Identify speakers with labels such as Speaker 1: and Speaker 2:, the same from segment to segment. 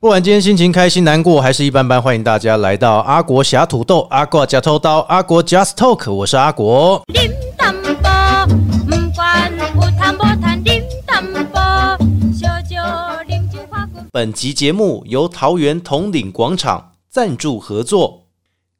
Speaker 1: 不管今天心情开心、难过还是一般般，欢迎大家来到阿国侠土豆、阿国假偷刀、阿国 Just Talk，我是阿国。
Speaker 2: điểm tâm bò quan u tham bò than điểm tâm bò cho cho điểm chữ khoa của
Speaker 1: 本集节目由桃园统领广场赞助合作。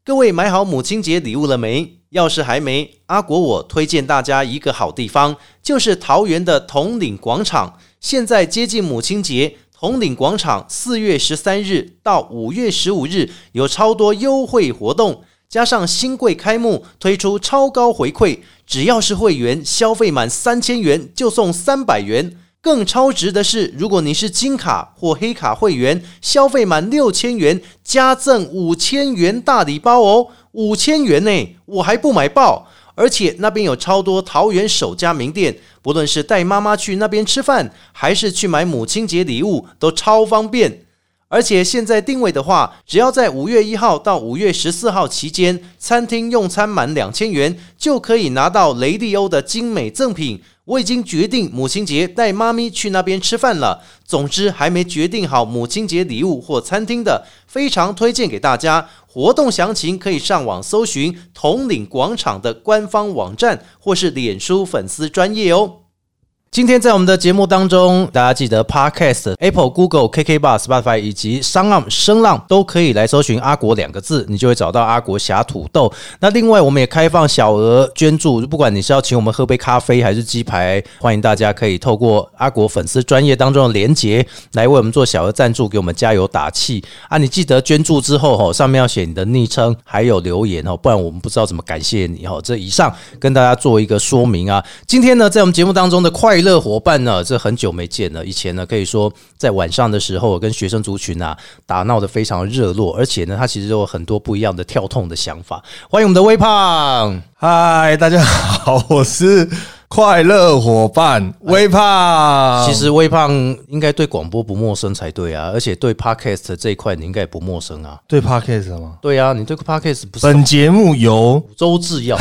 Speaker 1: 各位买好母亲节礼物了没？要是还没，阿国我推荐大家一个好地方，就是桃园的统领广场。现在接近母亲节，统领广场四月十三日到五月十五日有超多优惠活动，加上新柜开幕推出超高回馈，只要是会员消费满三千元就送三百元。更超值的是，如果你是金卡或黑卡会员，消费满六千元加赠五千元大礼包哦，五千元呢，我还不买爆！而且那边有超多桃园首家名店，不论是带妈妈去那边吃饭，还是去买母亲节礼物，都超方便。而且现在定位的话，只要在五月一号到五月十四号期间，餐厅用餐满两千元，就可以拿到雷利欧的精美赠品。我已经决定母亲节带妈咪去那边吃饭了。总之，还没决定好母亲节礼物或餐厅的，非常推荐给大家。活动详情可以上网搜寻统领广场的官方网站或是脸书粉丝专业哦。今天在我们的节目当中，大家记得 Podcast、Apple、Google、KK Bar、Spotify 以及商浪、声浪都可以来搜寻“阿国”两个字，你就会找到阿国侠土豆。那另外，我们也开放小额捐助，不管你是要请我们喝杯咖啡还是鸡排，欢迎大家可以透过阿国粉丝专业当中的连结来为我们做小额赞助，给我们加油打气啊！你记得捐助之后哦，上面要写你的昵称还有留言哦，不然我们不知道怎么感谢你哦。这以上跟大家做一个说明啊。今天呢，在我们节目当中的快乐伙伴呢，这很久没见了。以前呢，可以说在晚上的时候，我跟学生族群啊打闹得非常热络，而且呢，他其实有很多不一样的跳痛的想法。欢迎我们的微胖。
Speaker 3: 嗨，大家好，我是快乐伙伴微胖。
Speaker 1: 其实微胖应该对广播不陌生才对啊，而且对 podcast 这一块你应该也不陌生啊。
Speaker 3: 对 podcast 吗？
Speaker 1: 对啊，你对 podcast 不是
Speaker 3: 本节目由
Speaker 1: 周制 药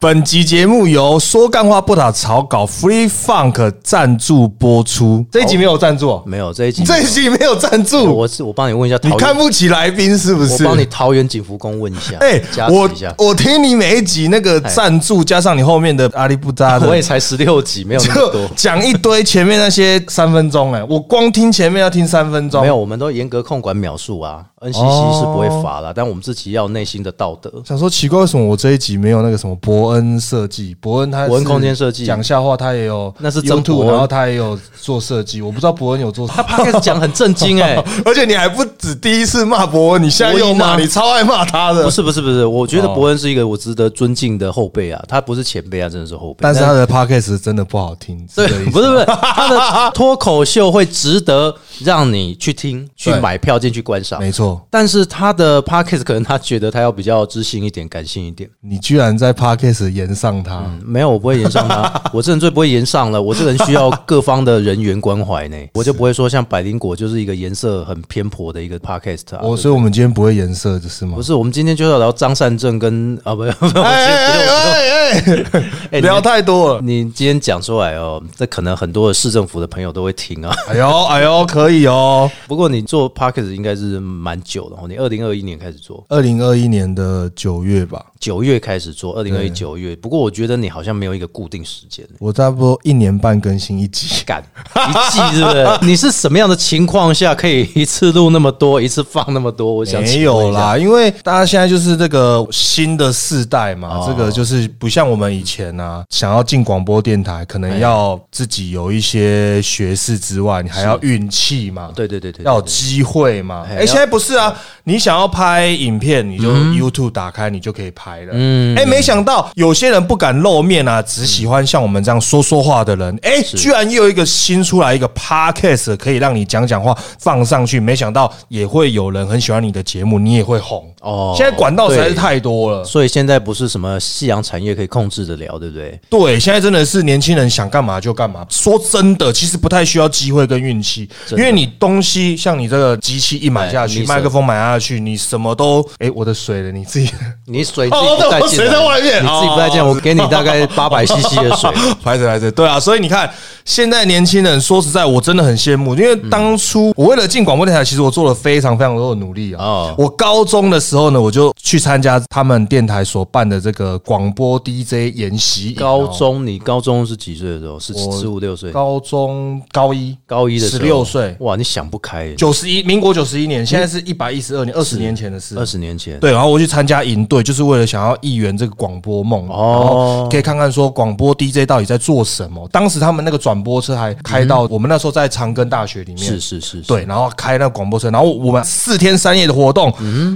Speaker 3: 本集节目由说干话不打草稿 Free Funk 赞助播出。这一集没有赞助哦，
Speaker 1: 没有这一集？
Speaker 3: 这一集没有赞助，
Speaker 1: 我是我帮你问一下
Speaker 3: 你
Speaker 1: 桃
Speaker 3: 看
Speaker 1: 园，
Speaker 3: 不起来宾是不
Speaker 1: 我
Speaker 3: 是？
Speaker 1: 帮你桃园景福宫问一下，
Speaker 3: 哎、
Speaker 1: 加
Speaker 3: 我
Speaker 1: 持一下。
Speaker 3: 我听你每一集那个赞助，加上你后面的阿里不达的，
Speaker 1: 我也才十六集，没有那么
Speaker 3: 就
Speaker 1: 多。
Speaker 3: 讲一堆前面那些三分钟，哎，我光听前面要听三分钟，
Speaker 1: 没有，我们都严格控管秒数啊，NCC
Speaker 3: 哦
Speaker 1: 是不会罚啦，但我们自己要有内心的道 德。
Speaker 3: 想说奇怪，为什么我这一集没有那个什么伯恩设计？伯恩他是
Speaker 1: 伯恩空间设计
Speaker 3: 讲笑话，他也有
Speaker 1: 那是真伯
Speaker 3: YouTube，
Speaker 1: 恩
Speaker 3: 然后他也有做设计。我不知道伯恩有做什
Speaker 1: 他
Speaker 3: 么，
Speaker 1: p 开 始讲很震惊哎、
Speaker 3: 而且你还不止第一次骂伯恩，你现在又
Speaker 1: 伯恩啊
Speaker 3: 骂，你超爱骂他的
Speaker 1: 不。是不是不是，我觉得
Speaker 3: 哦
Speaker 1: 伯恩是一个我值得尊敬的后辈啊，他不是前辈啊，真的是后辈。
Speaker 3: 但是他的 podcast 真的不好听，
Speaker 1: 对，
Speaker 3: 是这个意思
Speaker 1: 不是 不是，他的脱口秀会值得让你去听、去
Speaker 3: 对
Speaker 1: 买票进去观赏。
Speaker 3: 没错。
Speaker 1: 但是他的 p o c k e t 可能他觉得他要比较知性一点、感性一点。
Speaker 3: 你居然在 podcast 延上他，
Speaker 1: 嗯没有，我不会延上他， 我这人最不会延上了。我这人需要各方的人员关怀 呢，我就不会说像百灵果就是一个颜色很偏颇的一个 podcast 啊。
Speaker 3: 我哦所以我们今天不会颜色，就是吗
Speaker 1: 不？是，我们今天就要聊张善政跟啊，不， 不不我
Speaker 3: 哎
Speaker 1: 今天
Speaker 3: 哎哎哎
Speaker 1: 哎
Speaker 3: 哎，
Speaker 1: 你
Speaker 3: 聊太多了。
Speaker 1: 你今天讲出来哦，这可能很多的市政府的朋友都会听啊。
Speaker 3: 哎呦哎呦，可以哦。
Speaker 1: 不过你做 p o c k e t 应该是蛮久的哦，你二零二一年开始做，
Speaker 3: 二零二一年的九月吧，
Speaker 1: 九月开始做，二零二一九月。不过我觉得你好像没有一个固定时间、欸。
Speaker 3: 我差不多一年半更新一集。
Speaker 1: 干一季是不 是？你是什么样的情况下可以一次录那么多，一次放那么多？我 想
Speaker 3: 没
Speaker 1: 请问
Speaker 3: 有
Speaker 1: 一下，
Speaker 3: 啦，因为大家现在就是这个新的世代嘛，
Speaker 1: 哦
Speaker 3: 这个就是不像我们以前啊，想要进广播电台，可
Speaker 1: 哎
Speaker 3: 能要自己有一些学识之外，你还要运气嘛，
Speaker 1: 对对对对，对
Speaker 3: 要有机会嘛。
Speaker 1: 哎
Speaker 3: 哎，现在不是啊，你想要拍影片，你就
Speaker 1: 嗯
Speaker 3: YouTube 打开，你就可以拍了。嗯，哎，没想到有些人不敢露面啊，只喜欢像我们这样说说话的人，哎，居然又有一个新出来一个 Podcast 可以让你讲讲话放上去，没想到也会有人很喜欢你的节目，你也会红。
Speaker 1: 哦
Speaker 3: 现在管道实在是太多了
Speaker 1: 对，所以现在不是什么夕阳产业可以控制得了，对不对？
Speaker 3: 对，现在真的是年轻人想干嘛就干嘛。说真的，其实不太需要机会跟运气，因为你东西像你这个机器一买下
Speaker 1: 哎
Speaker 3: 去，
Speaker 1: 你
Speaker 3: 麦克风买下下去，你什么都哎，我的水了，你自己
Speaker 1: 你水自己
Speaker 3: 哦，
Speaker 1: 不带
Speaker 3: 对，我
Speaker 1: 进
Speaker 3: 水
Speaker 1: 来，
Speaker 3: 在外面，
Speaker 1: 你自己不带进来，
Speaker 3: 哦
Speaker 1: 我给你大概八百 CC 的 水。
Speaker 3: 排着排着，对啊，所以你看，现在年轻人说实在，我真的很羡慕，因为当初我为了进广播电台，其实我做了非常非常多的努力啊。
Speaker 1: 哦
Speaker 3: 我高中的时候呢，我就去参加他们电台所办的这个广播 DJ 研习营哦
Speaker 1: 高中你高中是几岁的时候？是
Speaker 3: 我
Speaker 1: 十五六岁，
Speaker 3: 高中高一
Speaker 1: 高一的时候，
Speaker 3: 16岁
Speaker 1: 哇，你想不开耶，
Speaker 3: 九十一，民国九十一年，现在是一百一十二年，二十年前的事
Speaker 1: 二。十年前，
Speaker 3: 对，然后我去参加营队，就是为了想要一圆这个广播梦，然
Speaker 1: 哦
Speaker 3: 后可以看看说广播 DJ 到底在做什么。当时他们那个转播车还开到我们那时候在长庚大学里面，
Speaker 1: 嗯是是是，是
Speaker 3: 对，，然后开那个广播车，然后我们四天三夜的活动，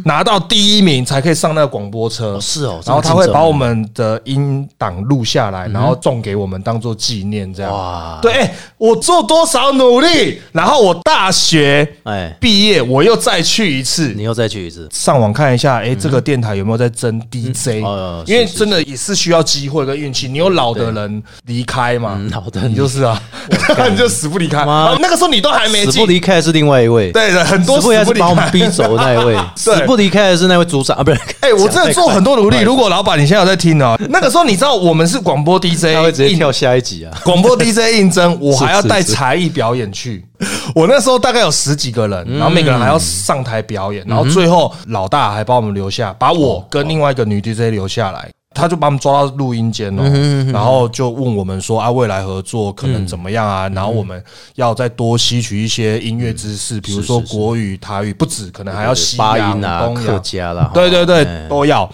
Speaker 3: 拿到第一名才可以上那个广播车，
Speaker 1: 嗯哦是哦这
Speaker 3: 然
Speaker 1: 么
Speaker 3: 后
Speaker 1: 竞
Speaker 3: 他会
Speaker 1: 争
Speaker 3: 把
Speaker 1: 哦
Speaker 3: 我们的音档录下来，然后送给我们当做纪念，这样。
Speaker 1: 嗯哇
Speaker 3: 对，哎我做多少努力，然后我大学
Speaker 1: 哎，
Speaker 3: 毕业，我又再去一次
Speaker 1: 你。又再去一次，嗯
Speaker 3: 上网看一下，哎、这个电台有没有在争 DJ？、
Speaker 1: 哦是
Speaker 3: 因为
Speaker 1: 是
Speaker 3: 真的也是需要机会跟运气。你有老的人离开嘛？
Speaker 1: 嗯老的人
Speaker 3: 你就是啊， 你就死不离开。
Speaker 1: 嗯妈
Speaker 3: 啊那个时候你都还没
Speaker 1: 死
Speaker 3: 进
Speaker 1: 不，离开的是另外一位，
Speaker 3: 对的， 很多，
Speaker 1: 死不离开是把我们逼走的那一位 死不离开的是那位组长啊，不是，
Speaker 3: 哎、我真的做很多 努力。
Speaker 1: 讲太快
Speaker 3: 如果老板你现在有在听哦，那个时候你知道我们是广播 DJ，
Speaker 1: 他会直接
Speaker 3: 应
Speaker 1: 跳下一集 啊，
Speaker 3: 广播 DJ 应征，我还要带
Speaker 1: 是是是
Speaker 3: 才艺表演去。我那时候大概有十几个人，然后每个人还要上台表演，然后最后老大还把我们留下，把我跟另外一个女 DJ 留下来。他就把我们抓到录音间哦，然后就问我们说啊，未来合作可能怎么样啊？然后我们要再多吸取一些音乐知识，比如说
Speaker 1: 是是是
Speaker 3: 国语、台语，不止，可能还要西
Speaker 1: 巴
Speaker 3: 洋、
Speaker 1: 音啊，
Speaker 3: 东
Speaker 1: 客
Speaker 3: 洋。
Speaker 1: 家啦，
Speaker 3: 对对对，
Speaker 1: 哎
Speaker 3: 都要。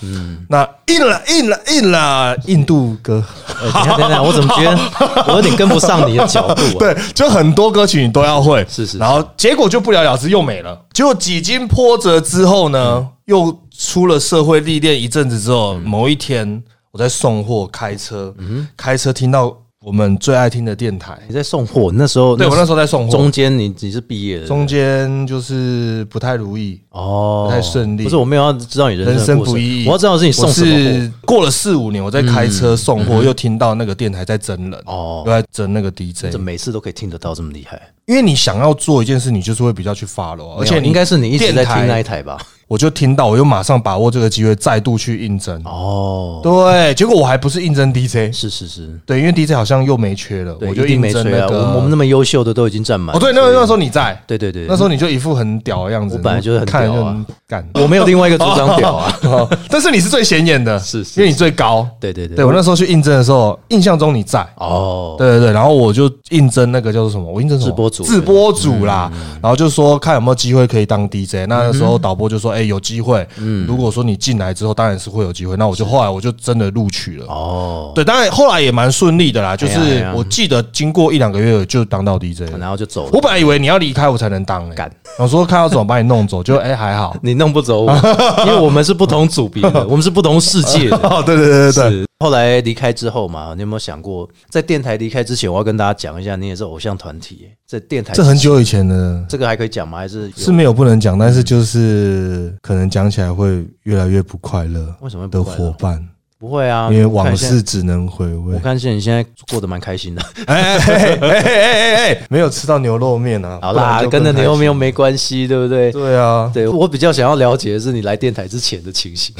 Speaker 3: 那硬了，硬了，硬了，印度歌。
Speaker 1: 呃等一下等一下，我怎么觉 得我有点跟不上你的脚步啊？
Speaker 3: 对，就很多歌曲你都要会，
Speaker 1: 是是是
Speaker 3: 然后结果就不了了之，又没了。结果几经波折之后
Speaker 1: 嗯
Speaker 3: 呢，又出了社会历练一阵子之后，某一天我在送货开车，
Speaker 1: 嗯
Speaker 3: 开车听到我们最爱听的电台，
Speaker 1: 你在送货，那时候
Speaker 3: 对我那时候在送货，
Speaker 1: 哎中
Speaker 3: 中
Speaker 1: 间你你是毕业的
Speaker 3: 中间就是不太如意，
Speaker 1: 哦，
Speaker 3: 不太顺利
Speaker 1: 不是，我没有要知道你人
Speaker 3: 人
Speaker 1: 生
Speaker 3: 生
Speaker 1: 的故事
Speaker 3: 不易。
Speaker 1: 我要知道是你送什
Speaker 3: 我
Speaker 1: 么嗯
Speaker 3: 是过了四五年，我在开车送货，又听到那个电台在真人，
Speaker 1: 哦
Speaker 3: 又在争那个 DJ
Speaker 1: 货，怎。么每次都可以听得到这么厉害？
Speaker 3: 因为你想要做一件事，你就是会比较去 follow，而且啊
Speaker 1: 没有
Speaker 3: 你
Speaker 1: 应该是你一直在
Speaker 3: 电
Speaker 1: 听
Speaker 3: 台
Speaker 1: 那一台吧？
Speaker 3: 我就听到，我又马上把握这个机会再度去应征。
Speaker 1: 哦，
Speaker 3: 对，结果我还不是应征 DJ，
Speaker 1: 是是是，
Speaker 3: 对，因为 DJ 好像又没缺了，
Speaker 1: 对，
Speaker 3: 我就
Speaker 1: 一定
Speaker 3: 应
Speaker 1: 没
Speaker 3: 征
Speaker 1: 吹啊！
Speaker 3: 那个。
Speaker 1: 我我们那么优秀的都已经占满
Speaker 3: 哦，
Speaker 1: 了。
Speaker 3: 对，那那时候你在，
Speaker 1: 对对对，
Speaker 3: 那时候你就一副很屌的样子，
Speaker 1: 我本来就是很
Speaker 3: 看
Speaker 1: 屌啊
Speaker 3: 就很干。
Speaker 1: 我没有另外一个组长表啊。
Speaker 3: 哦但是你是最显眼的，
Speaker 1: 是是
Speaker 3: 因为你最高。
Speaker 1: 对对对，
Speaker 3: 对我那时候去应征的时候，印象中你在，
Speaker 1: 哦，
Speaker 3: 对对对，然后我就应征那个叫做什么？我应征什么？
Speaker 1: 直播组嗯
Speaker 3: 直播组啦。然后就说看有没有机会可以当 DJ。那那时候导播就说：“哎，有机会。
Speaker 1: 嗯
Speaker 3: 如果说你进来之后，当然是会有机会。”那我就后来我就真的录取了。
Speaker 1: 哦，
Speaker 3: 对，当然后来也蛮顺利的啦。就
Speaker 1: 哎
Speaker 3: 是
Speaker 1: 呀
Speaker 3: 我记得经过一两个月就当到 DJ 了。
Speaker 1: 然后就走
Speaker 3: 我
Speaker 1: 了。
Speaker 3: 本来以为你要离开我才能当诶、
Speaker 1: 干
Speaker 3: 我说看要怎么把你弄走，就哎、还
Speaker 1: 。
Speaker 3: 好
Speaker 1: 你弄不走我，因为我们是不同组别 的，我们是不同世界的。
Speaker 3: 哦，对对 对对对，
Speaker 1: 是后来离开之后嘛，你有没有想过，在电台离开之前，我要跟大家讲一下，你也是偶像团体耶，在电台
Speaker 3: 这很，久以前的。
Speaker 1: 这个还可以讲吗？还是有
Speaker 3: 是没有不能讲，但是就是可能讲起来会越来越不快乐。
Speaker 1: 为什么会
Speaker 3: 的
Speaker 1: 不快乐
Speaker 3: 伙伴，
Speaker 1: 不会啊？
Speaker 3: 因为
Speaker 1: 我看
Speaker 3: 往
Speaker 1: 你现在
Speaker 3: 事。只能回味
Speaker 1: 我。看见你现在过得蛮开心 的，
Speaker 3: 哎哎哎哎哎哎哎，没有吃到牛肉面啊！
Speaker 1: 好
Speaker 3: 不然
Speaker 1: 啦，
Speaker 3: 就
Speaker 1: 跟着
Speaker 3: 更开
Speaker 1: 你
Speaker 3: 心
Speaker 1: 又没有没关系，对不对？
Speaker 3: 对啊。
Speaker 1: 对我比较想要了解的是你来电台之前的情形。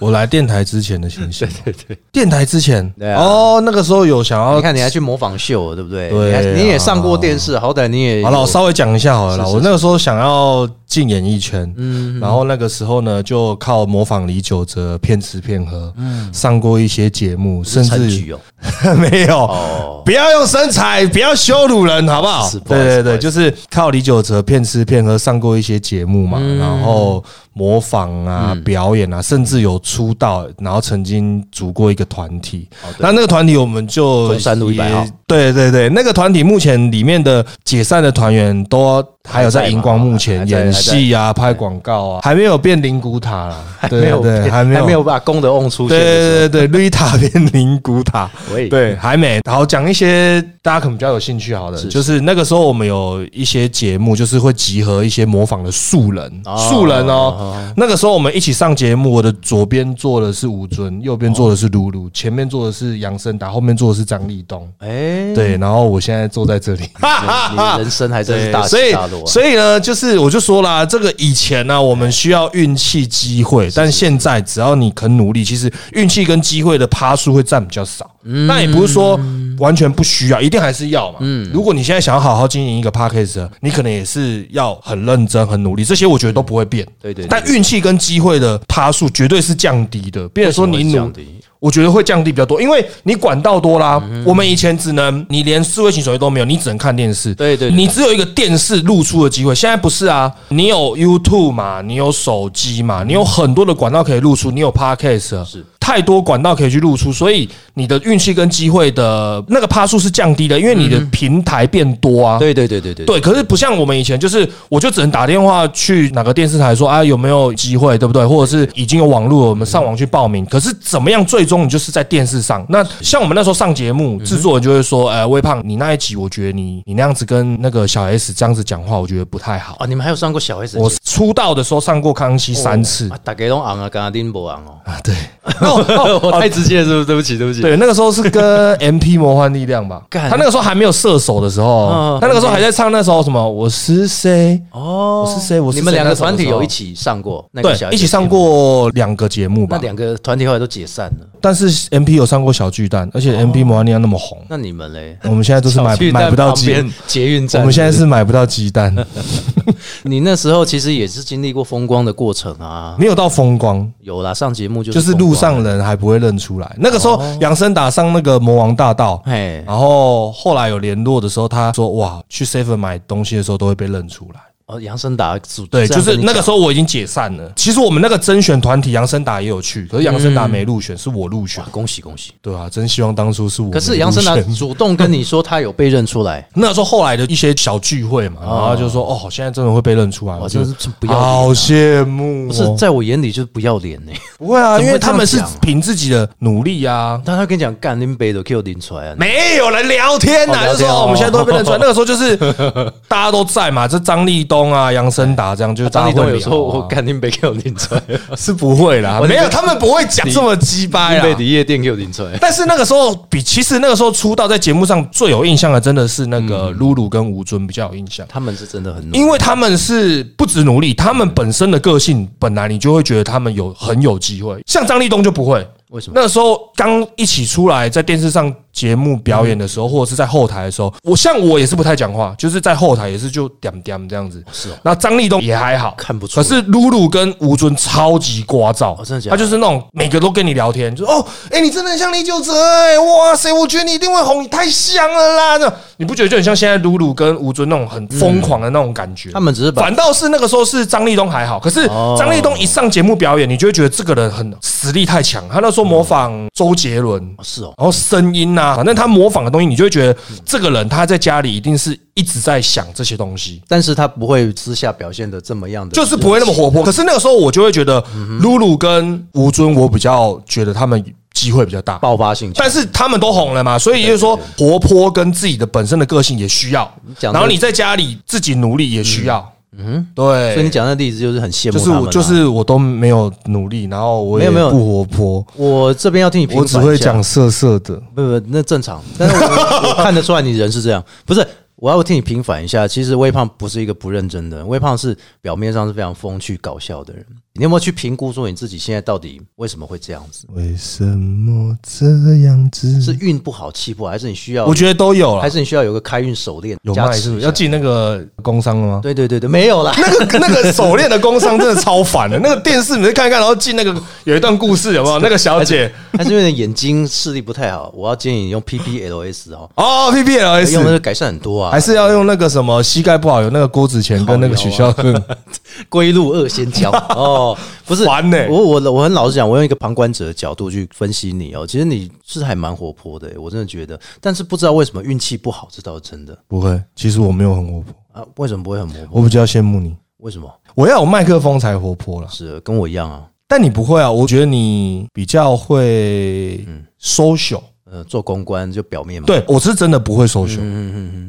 Speaker 3: 我来电台之前的情 形，对对对，电台之前，
Speaker 1: 对啊
Speaker 3: 哦，那个时候有想要
Speaker 1: 你看你还去模仿秀，对不对？
Speaker 3: 对
Speaker 1: 你还
Speaker 3: 啊
Speaker 1: 你也上过电视，好歹你也
Speaker 3: 好了，我
Speaker 1: 有
Speaker 3: 稍微讲一下好了啦。
Speaker 1: 是是嗯
Speaker 3: 我那个时候想要进演艺圈，然后那个时候呢，就靠模仿李玖哲骗吃骗喝，
Speaker 1: 嗯
Speaker 3: 上过一些节目，甚
Speaker 1: 成
Speaker 3: 至
Speaker 1: 局哦。
Speaker 3: 没有
Speaker 1: 哦，
Speaker 3: 不要用身材，不要羞辱人，好不好
Speaker 1: 是？不好意思
Speaker 3: 对对
Speaker 1: 不好
Speaker 3: 对，
Speaker 1: 意思
Speaker 3: 就是靠李玖哲骗吃骗喝上过一些节目嘛，然后模仿啊、表演啊，甚至有出道，然后曾经组过一个团体。那那个团体我们就
Speaker 1: 中山路
Speaker 3: 也
Speaker 1: 100号
Speaker 3: 对对对，那个团体目前里面的解散的团员都还有在荧光幕前
Speaker 1: 还在
Speaker 3: 演戏啊、拍广告啊，还没有变灵骨塔啦，对
Speaker 1: 没
Speaker 3: 对
Speaker 1: 有
Speaker 3: 对，还没有
Speaker 1: 啊还没有把功德瓮出现
Speaker 3: 对
Speaker 1: 的时候。
Speaker 3: 对对对，绿塔变灵骨塔，
Speaker 1: 喂
Speaker 3: 对，还没。好，讲一些大家可能比较有兴趣，好的，就是那个时候我们有一些节目，就是会集合一些模仿的素人，
Speaker 1: 哦
Speaker 3: 素人哦。那个时候我们一起上节目，我的左边哦坐的是吴尊，右边坐的是露露，前面坐的是杨森达，后面坐的是张立东。
Speaker 1: 哎、哎，
Speaker 3: 对，然后我现在坐在这 里，
Speaker 1: 你的人生还真是大
Speaker 3: 所
Speaker 1: 起
Speaker 3: 以
Speaker 1: 大落啊。
Speaker 3: 所以呢，就是我就说啦，这个以前呢、我们需要运气、机会，但现在只要你肯努力，其实运气跟机会的趴数会占比较少。
Speaker 1: 嗯
Speaker 3: 那也不是说完全不需要，一定还是要嘛。嗯，如果你现在想要好好经营一个 p a c k a g e 你可能也是要很认真、很努力，这些我觉得都不会变。
Speaker 1: 对对对
Speaker 3: 但运气跟机会的趴数绝对是降低的，变成说你
Speaker 1: 为什么
Speaker 3: 努
Speaker 1: 会降低
Speaker 3: 我觉得会降低比较多，因为你管道多啦。
Speaker 1: 嗯
Speaker 3: 我们以前只能你连数位型手机都没有，你只能看电视。
Speaker 1: 对对对
Speaker 3: 你只有一个电视露出的机会。现在不是啊，你有 YouTube 嘛，你有手机嘛，你有很多的管道可以露出，你有 Podcast，
Speaker 1: 嗯
Speaker 3: 啊
Speaker 1: 是
Speaker 3: 太多管道可以去露出，所以你的运气跟机会的那个趴数是降低的，因为你的
Speaker 1: 嗯
Speaker 3: 平台变多啊。
Speaker 1: 对对对对对
Speaker 3: 对，可是不像我们以前，就是我就只能打电话去哪个电视台说啊有没有机会，对不对？或者是已经有网络了，我们上网去报名。可是怎么样，最终你就是在电视上。那像我们那时候上节
Speaker 1: 嗯
Speaker 3: 目，制作人就会说，呃，微胖，你那一集我觉得你你那样子跟那个小 S 这样子讲话，我觉得不太好。
Speaker 1: 哦，你们还有上过小 S？的
Speaker 3: 我
Speaker 1: 节
Speaker 3: 出道的时候上过《康熙》
Speaker 1: 目
Speaker 3: 三次
Speaker 1: 啊，大家都昂啊，刚刚丁博 昂哦，
Speaker 3: 啊，对
Speaker 1: 哦我太直接了，是不是？对不起，对不起。
Speaker 3: 对，那个时候是跟 MP 魔幻力量吧，
Speaker 1: 干
Speaker 3: 他那个时候还没有射手的时候
Speaker 1: 嗯，
Speaker 3: 他那个时候还在唱那首什么我是谁，
Speaker 1: 哦，
Speaker 3: 我是谁我是谁
Speaker 1: 你们两个团体
Speaker 3: 那时候
Speaker 1: 有一起上过那个小 S
Speaker 3: 对，一起上过两个节目
Speaker 1: 那
Speaker 3: 吧。
Speaker 1: 两个团体后来都解散了，
Speaker 3: 但是 M P 有上过小巨蛋，而
Speaker 1: 嗯
Speaker 3: 且 M P 摩安尼亚那么红，
Speaker 1: 那你们嘞？
Speaker 3: 我们现在都是买
Speaker 1: 小巨蛋
Speaker 3: 买不到
Speaker 1: 旁
Speaker 3: 鸡
Speaker 1: 边，捷运
Speaker 3: 我
Speaker 1: 站，
Speaker 3: 们现在是买不到鸡蛋，
Speaker 1: 你那时候其实也是经历过风光的过程啊，
Speaker 3: 没有到风光，
Speaker 1: 有啦，上节目就是
Speaker 3: 就是
Speaker 1: 风光哦
Speaker 3: 路，上人还不会认出来。那个时候养生打上那个魔王大道，
Speaker 1: 嘿，
Speaker 3: 然后后来有联络的时候，他说哇，去 Seven 买东西的时候都会被认出来。
Speaker 1: 哦，杨森达组
Speaker 3: 对，就是那个时
Speaker 1: 候
Speaker 3: 候我已经解散了。其实我们那个甄选团体，杨森达也有去，可是杨森达没入选，是我入选。
Speaker 1: 恭喜恭喜。
Speaker 3: 对啊，真希望当初是我没入
Speaker 1: 可
Speaker 3: 选。
Speaker 1: 是杨森达主动跟你说他有被认出 来，
Speaker 3: 那时候后来的一些小聚会嘛，然后就说哦，现在真的会被认出来，
Speaker 1: 哇
Speaker 3: 我哦就
Speaker 1: 真是不要脸啊
Speaker 3: 好羡慕哦。
Speaker 1: 不是在我眼里就是不要脸欸 呢。
Speaker 3: 不会啊，
Speaker 1: 怎么会
Speaker 3: 因为他们
Speaker 1: 这
Speaker 3: 是
Speaker 1: 样讲
Speaker 3: 凭自己的努力啊。
Speaker 1: 但他跟你讲，干林北都 Q 拎出来啊，
Speaker 3: 没有人聊天呐、
Speaker 1: 哦
Speaker 3: 啊，
Speaker 1: 聊
Speaker 3: 就
Speaker 1: 天
Speaker 3: 说
Speaker 1: 哦
Speaker 3: 哦我们现在都会被认出 来。那个时候就是大家都在嘛，这张立东啊、杨森达这样，就是
Speaker 1: 张
Speaker 3: 大
Speaker 1: 立
Speaker 3: 家会
Speaker 1: 东
Speaker 3: 聊啊
Speaker 1: 有时候我干林北 Q 拎出 来，
Speaker 3: 是不会啦，
Speaker 1: 我
Speaker 3: 没有，他们不会讲这么鸡掰
Speaker 1: 林
Speaker 3: 啦
Speaker 1: 北。的夜店 Q 拎 出来。
Speaker 3: 但是那个时候比其实那个时候出道在节目上最有印象的，真的是那个露露跟吴尊比较有印象。
Speaker 1: 他们是真的很努力
Speaker 3: 因为他们是不止努力，他们本身的个性本来你就会觉得他们有很有机会。像张立东就不会，
Speaker 1: 为什么？
Speaker 3: 那时候刚一起出来在电视上节目表演的时候，或者是在后台的时候，我像我也是不太讲话，就是在后台也是就点点这样子。
Speaker 1: 是哦
Speaker 3: 那张立东也还好，
Speaker 1: 看不出
Speaker 3: 可
Speaker 1: 来
Speaker 3: 是露露跟吴尊超级聒噪，
Speaker 1: 哦真的假的
Speaker 3: 他就是那种每个都跟你聊天，就说哦，哎、你真的很像李玖哲哎，哇塞，我觉得你一定会红，你太香了啦！那你不觉得就很像现在露露跟吴尊那种很疯狂的那种感觉？
Speaker 1: 嗯他们只是把
Speaker 3: 反倒是那个时候是张立东还好，可是
Speaker 1: 哦
Speaker 3: 张立东一上节目表演，你就会觉得这个人很实力太强。他那时候
Speaker 1: 嗯
Speaker 3: 模仿周杰伦
Speaker 1: 哦，是哦，
Speaker 3: 然后声音呐、反正他模仿的东西，你就会觉得
Speaker 1: 嗯
Speaker 3: 这个人他在家里一定是一直在想这些东西。
Speaker 1: 但是他不会私下表现的这么样的，
Speaker 3: 就是不会那么活泼，可是那个时候我就会觉得，
Speaker 1: 嗯
Speaker 3: 露露跟吴尊，我比较觉得他们机会比较大，
Speaker 1: 爆发性强。
Speaker 3: 但是他们都红了嘛，所以就是说活泼跟自己的本身的个性也需要，
Speaker 1: 讲得
Speaker 3: 然后你在家里自己努力也需要，嗯，对，
Speaker 1: 所以你讲的例子就是很羡慕
Speaker 3: 就是
Speaker 1: 他们
Speaker 3: 我
Speaker 1: 啊
Speaker 3: 就是我都没有努力，然后我也
Speaker 1: 没有没有
Speaker 3: 不活泼，
Speaker 1: 我这边要替你平
Speaker 3: 我
Speaker 1: 反一
Speaker 3: 只
Speaker 1: 下，
Speaker 3: 会讲色色的。
Speaker 1: 不不，那正常。但是我我看得出来你人是这样，不是？我要替你平反一下，其实微胖不是一个不认真的人，微胖是表面上是非常风趣搞笑的人。你有没有去评估说你自己现在到底为什么会这样子？
Speaker 3: 为什么这样
Speaker 1: 是
Speaker 3: 子？
Speaker 1: 运不好、气不好，还是你需要？
Speaker 3: 我觉得都有
Speaker 1: 还
Speaker 3: 了，
Speaker 1: 是你需要有个开运手链
Speaker 3: 有
Speaker 1: 加
Speaker 3: 卖
Speaker 1: 持
Speaker 3: 是不
Speaker 1: 一
Speaker 3: 是
Speaker 1: 下
Speaker 3: 要？进那个工商了吗？
Speaker 1: 对对对对，没有啦。
Speaker 3: 那 个那个手链的工商真的超烦的，那个电视你去看一看，然后进那个有一段故事有没有？那个小姐
Speaker 1: 但是因为你眼睛视力不太好，我要建议你用 PPLS 哦，
Speaker 3: 哦，P P L
Speaker 1: 用那
Speaker 3: S
Speaker 1: 个改善很多啊，
Speaker 3: 还是要用那个什么膝盖不好有那个郭子乾跟那个许孝顺，
Speaker 1: 归路二仙交 哦，不是
Speaker 3: 烦欸
Speaker 1: 我我我很老实讲，我用一个旁观者的角度去分析你哦，其实你是还蛮活泼的欸，我真的觉得，但是不知道为什么运气不好，这倒是真的
Speaker 3: 不会，其实我没有很活泼，
Speaker 1: 啊。为什么不会很活泼？
Speaker 3: 我比较羡慕你，
Speaker 1: 为什么？
Speaker 3: 我要有麦克风才活泼啦。
Speaker 1: 是跟我一样啊，
Speaker 3: 但你不会啊，我觉得你比较会 social，、
Speaker 1: 呃做公关就表面嘛。
Speaker 3: 对我是真的不会搜寻，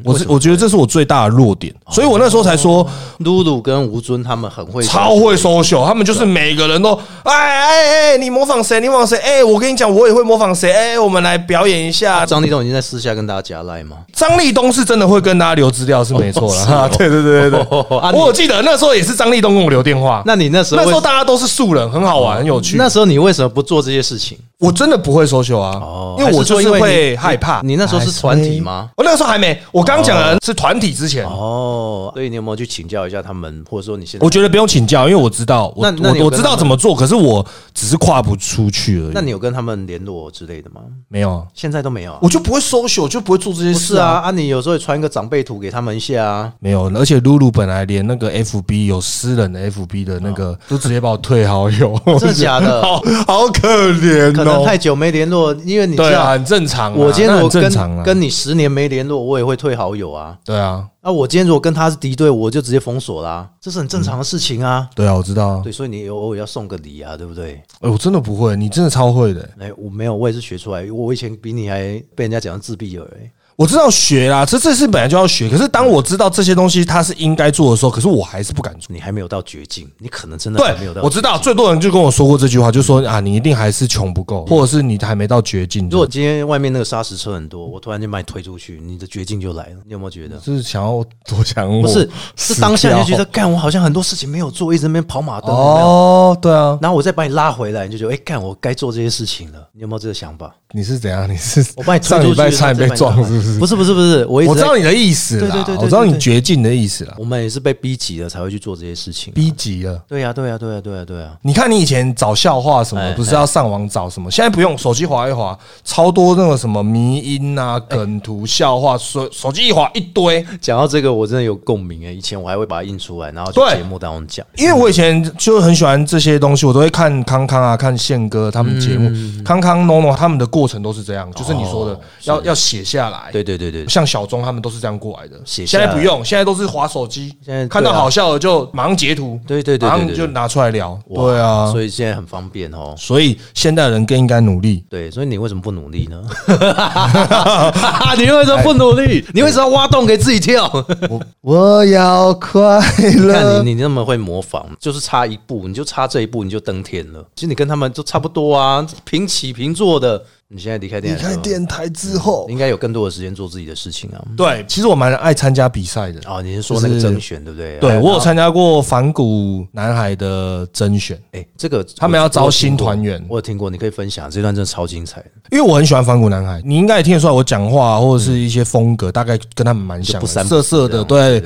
Speaker 3: 我是我觉得这是我最大的弱点，所以我那时候才说
Speaker 1: 露露跟吴尊他们很会
Speaker 3: 超会 social，他们就是每个人都哎哎哎，你模仿谁？你模仿谁？哎，我跟你讲，我也会模仿谁？哎，我们来表演一下。
Speaker 1: 啊张立东已经在私下跟大家加赖吗？
Speaker 3: 张立东是真的会跟大家留资料是没错
Speaker 1: 哦
Speaker 3: 了，
Speaker 1: 是哦
Speaker 3: 哈对对对对对，
Speaker 1: 哦啊你
Speaker 3: 我有记得那时候也是张立东跟我留电话，
Speaker 1: 那你那时候
Speaker 3: 啊那
Speaker 1: 为
Speaker 3: 时候大家都是素人，很好玩，很有趣。
Speaker 1: 那时候你为什么不做这些事情？
Speaker 3: 我真的不会 social 啊，
Speaker 1: 哦
Speaker 3: 因为我就是
Speaker 1: 还是说因为
Speaker 3: 会
Speaker 1: 你
Speaker 3: 害怕。哎
Speaker 1: 你你那时候是团体吗？
Speaker 3: 我那时候还没，我刚讲的是团体之前。
Speaker 1: 哦，所以你有没有去请教一下他们，或者说你现在
Speaker 3: 嗯我？觉得不用请教，因为我知道，我
Speaker 1: 那那你有
Speaker 3: 我我知
Speaker 1: 跟他
Speaker 3: 道
Speaker 1: 们
Speaker 3: 怎么做，可是我只是跨不出去而已。
Speaker 1: 那你有跟他们联络之类的吗？
Speaker 3: 没有啊？
Speaker 1: 现在都没有啊、
Speaker 3: 我就不会 social，就不会做这些
Speaker 1: 不
Speaker 3: 事
Speaker 1: 是啊，。啊，你有时候也传一个长辈图给他们一下啊。
Speaker 3: 没有，而且露露本来连那个 FB 有私人的 FB 的那个，都直接把我退好友，
Speaker 1: 哦真的
Speaker 3: 啊
Speaker 1: 假 的
Speaker 3: 好好可怜哦，
Speaker 1: 可能太久没联络，因为你知
Speaker 3: 对啊，
Speaker 1: 道，
Speaker 3: 很正常啊。
Speaker 1: 我今天
Speaker 3: 那
Speaker 1: 如
Speaker 3: 很
Speaker 1: 果
Speaker 3: 正常
Speaker 1: 跟
Speaker 3: 啊，
Speaker 1: 跟你十年没联络，我也会退好友啊。
Speaker 3: 对啊，
Speaker 1: 那我今天如果跟他是敌对，我就直接封锁啦、这是很正常的事情啊。
Speaker 3: 对啊，我知道啊。
Speaker 1: 对，所以你偶尔要送个礼啊，对不对？
Speaker 3: 哎，我真的不会，你真的超会的欸。
Speaker 1: 哎，我没有，我也是学出来。我以前比你还被人家讲自闭儿、哎
Speaker 3: 我知道学啦，这这是本来就要学。可是当我知道这些东西它是应该做的时候，可是我还是不敢做。
Speaker 1: 你还没有到绝境，你可能真的还没
Speaker 3: 对
Speaker 1: 有到。，
Speaker 3: 我知道，最多人就跟我说过这句话，就说啊，你一定还是穷不够，或者是你还没到绝境。
Speaker 1: 如果今天外面那个砂石车很多，我突然间把你推出去，你的绝境就来了。你有没有觉得？
Speaker 3: 就是想要多想我，
Speaker 1: 不是，是当下你就觉得，
Speaker 3: 死
Speaker 1: 干，我好像很多事情没有做，一直在那边跑马灯。
Speaker 3: 掉
Speaker 1: 有没有
Speaker 3: 哦，对啊，
Speaker 1: 然后我再把你拉回来，你就觉得，哎、干，我该做这些事情了。你有没有这个想 法？
Speaker 3: 你是怎样？你是
Speaker 1: 我把你推
Speaker 3: 上
Speaker 1: 出
Speaker 3: 礼
Speaker 1: 去，
Speaker 3: 拜差点被撞，是不是？
Speaker 1: 不是不是不是，我一直
Speaker 3: 我知
Speaker 1: 在
Speaker 3: 道你的意思啦
Speaker 1: 对对对对，对
Speaker 3: 我知道你绝境的意思啦，
Speaker 1: 我们也是被逼急了才会去做这些事情。啊
Speaker 3: 逼急了。
Speaker 1: 对呀、对啊呀、对呀、对呀、对呀、
Speaker 3: 你看，你以前找笑话什么，
Speaker 1: 哎
Speaker 3: 不是要上网找什么？现在不用，手机划一划，超多那个什么迷音啊、梗图、笑话，手手机一划一堆。
Speaker 1: 讲到这个，我真的有共鸣哎、以前我还会把它印出来，然后去
Speaker 3: 对
Speaker 1: 节目当中讲。
Speaker 3: 因为我以前就很喜欢这些东西，我都会看康康啊、看宪哥他们节目，
Speaker 1: 嗯
Speaker 3: 康康、NONO 他们的过程都是这样，就是你
Speaker 1: 哦
Speaker 3: 说的要要写下来。
Speaker 1: 对对对对，
Speaker 3: 像小钟他们都是这样过来的。
Speaker 1: 写
Speaker 3: 现
Speaker 1: 下来
Speaker 3: 在不用，现在都是划手机
Speaker 1: 现在，
Speaker 3: 看到
Speaker 1: 对啊
Speaker 3: 好笑的就马上截图，
Speaker 1: 对对对对
Speaker 3: 马
Speaker 1: 对
Speaker 3: 上
Speaker 1: 对
Speaker 3: 就拿出来聊。
Speaker 1: 哇
Speaker 3: 对啊，
Speaker 1: 所以现在很方便哦。
Speaker 3: 所以现代人更应该努力。
Speaker 1: 对，所以你为什么不努力 呢？你为什么不努力？你为什么要挖洞给自己跳？
Speaker 3: 我要快
Speaker 1: 看你，你那么会模仿，就是差一步，你就差这一步，你就登天了。其实你跟他们都差不多啊，平起平坐的。你现在离开电
Speaker 3: 离
Speaker 1: 台之后，
Speaker 3: 开电台之后
Speaker 1: 你，应该有更多的时间做自己的事情啊。
Speaker 3: 对，其实我蛮爱参加比赛的。
Speaker 1: 哦，你是说那
Speaker 3: 就
Speaker 1: 个
Speaker 3: 是
Speaker 1: 甄选对不对？
Speaker 3: 对
Speaker 1: 哎
Speaker 3: 我有参加过反骨男孩的甄选，
Speaker 1: 哎，这个
Speaker 3: 他们
Speaker 1: 我
Speaker 3: 要招
Speaker 1: 我有听
Speaker 3: 新
Speaker 1: 过
Speaker 3: 团员
Speaker 1: 我有听过，你可以分享这段真的超精彩的，
Speaker 3: 因为我很喜欢反骨男孩，
Speaker 1: 嗯
Speaker 3: 你应该也听得出来我讲话或者是一些风格，大概跟他们蛮像
Speaker 1: 就不
Speaker 3: 的，
Speaker 1: 三不
Speaker 3: 色色的，对。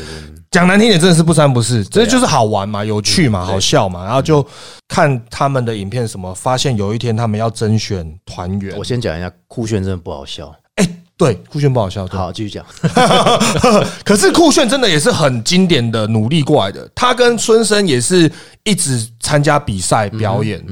Speaker 3: 讲难听点，真的是不三不四，
Speaker 1: 啊
Speaker 3: 这就是好玩嘛，有趣嘛，好笑
Speaker 1: 嗯
Speaker 3: 嘛，然后就看他们的影片，什么发现有一天他们要甄选团员
Speaker 1: 我，先讲一下，酷炫真的不好笑。
Speaker 3: 对，酷炫不好笑，对
Speaker 1: 好，继续讲。
Speaker 3: 可是酷炫真的也是很经典的努力过来的，他跟孙生也是一直参加比
Speaker 1: 嗯
Speaker 3: 赛表演。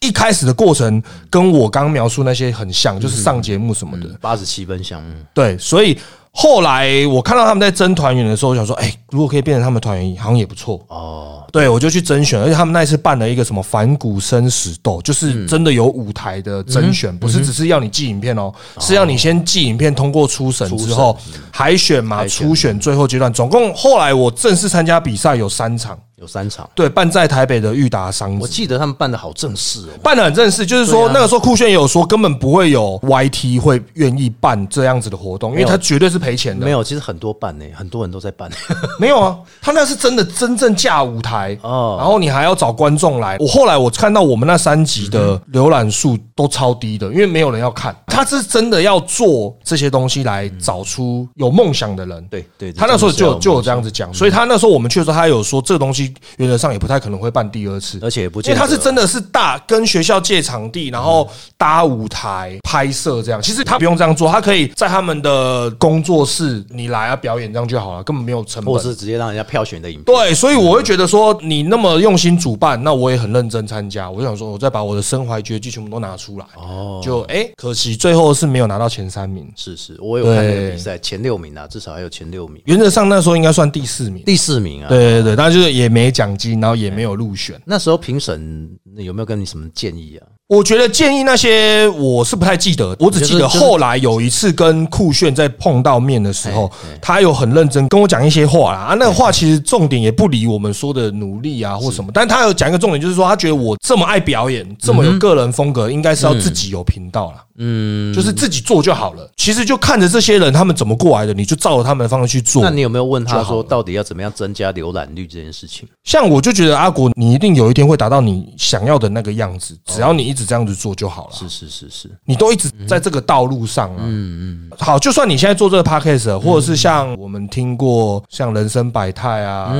Speaker 3: 一开始的过程跟我刚描述那些很像，
Speaker 1: 嗯
Speaker 3: 就是上节目什么的。
Speaker 1: 八十七分项目，
Speaker 3: 对，所以后来我看到他们在争团员的时候，我想说，哎、如果可以变成他们团员，好像也不错。
Speaker 1: 哦，
Speaker 3: 对，我就去甄选，而且他们那一次办了一个什么反骨生死斗，
Speaker 1: 嗯
Speaker 3: 就是真的有舞台的甄选，不是只是要你寄影片哦，是要你先寄影片通过初审之后海选嘛，
Speaker 1: 海选
Speaker 3: 初选最后阶段，总共后来我正式参加比赛有三场，
Speaker 1: 有三场，
Speaker 3: 对，办在台北的裕达商
Speaker 1: 我
Speaker 3: 职。
Speaker 1: 记得他们办的好正式哦。
Speaker 3: 办的很正式，就是
Speaker 1: 对
Speaker 3: 说
Speaker 1: 啊
Speaker 3: 那个时候酷炫也有说根本不会有 YT 会愿意办这样子的活动，因
Speaker 1: 没
Speaker 3: 为
Speaker 1: 有
Speaker 3: 他绝对是赔钱的。
Speaker 1: 没有，其实很多办呢，很多人都在办。
Speaker 3: 没有啊，他那是真的真正架舞台
Speaker 1: 哦
Speaker 3: 然后你还要找观众来。我后来我看到我们那三集的浏览数都超低的，因为没有人要看。他是真的要做这些东西来找出有梦想的人。
Speaker 1: 对对，
Speaker 3: 他那时候就就有这样
Speaker 1: 子，嗯
Speaker 3: 子讲，所以他那时候我们去的时候，他有说这东西原则上也不太可能会办第二次，
Speaker 1: 而且也不
Speaker 3: 因
Speaker 1: 见
Speaker 3: 为
Speaker 1: 得
Speaker 3: 他是真的是大跟学校借场地，然后搭舞台拍摄这样。其实他不用这样做，他可以在他们的工作室你来啊表演这样就好了，根本没有成本
Speaker 1: 或。者是直接让人家票选的影片。
Speaker 3: 对，所以我会觉得说，你那么用心主办，那我也很认真参加。我就想说，我再把我的身怀绝技全部都拿出来。
Speaker 1: 哦，
Speaker 3: 就哎、诶可惜最后是没有拿到前三名。
Speaker 1: 是是，我有看那个
Speaker 3: 对
Speaker 1: 比赛，前六名啊，至少还有前六名，
Speaker 3: 原则上那时候应该算第四名。
Speaker 1: 第四名啊。
Speaker 3: 对，对对，但就是也没奖金，然后也没有入选。
Speaker 1: 那时候评审有没有跟你什么建议啊？
Speaker 3: 我我觉得建议那些我是不太记得，我只记得
Speaker 1: 就是
Speaker 3: 后来有一次跟酷炫在碰到面的时候，
Speaker 1: 哎
Speaker 3: 他有很认真跟我讲一些话啦。啊，那个话其实重点也不理我们说的努力啊或什么，但他有讲一个重点，就是说他觉得我这么爱表演，这么有个人风格，应该是要自己有频道啦。
Speaker 1: 嗯，
Speaker 3: 就是自己做就好了。其实就看着这些人他们怎么过来的，你就照着他们的方向去做
Speaker 1: 那。你有没有问他
Speaker 3: 就好
Speaker 1: 说
Speaker 3: 了
Speaker 1: 到底要怎么样增加浏览率这件事情？
Speaker 3: 像我就觉得阿国，你一定有一天会达到你想要的那个样子，只要你一直这样子做就好了。
Speaker 1: 是是是是，
Speaker 3: 你都一直在这个道路上啊。嗯嗯。好，就算你现在做这个 podcast，了或者是像我们听过像人生百态啊，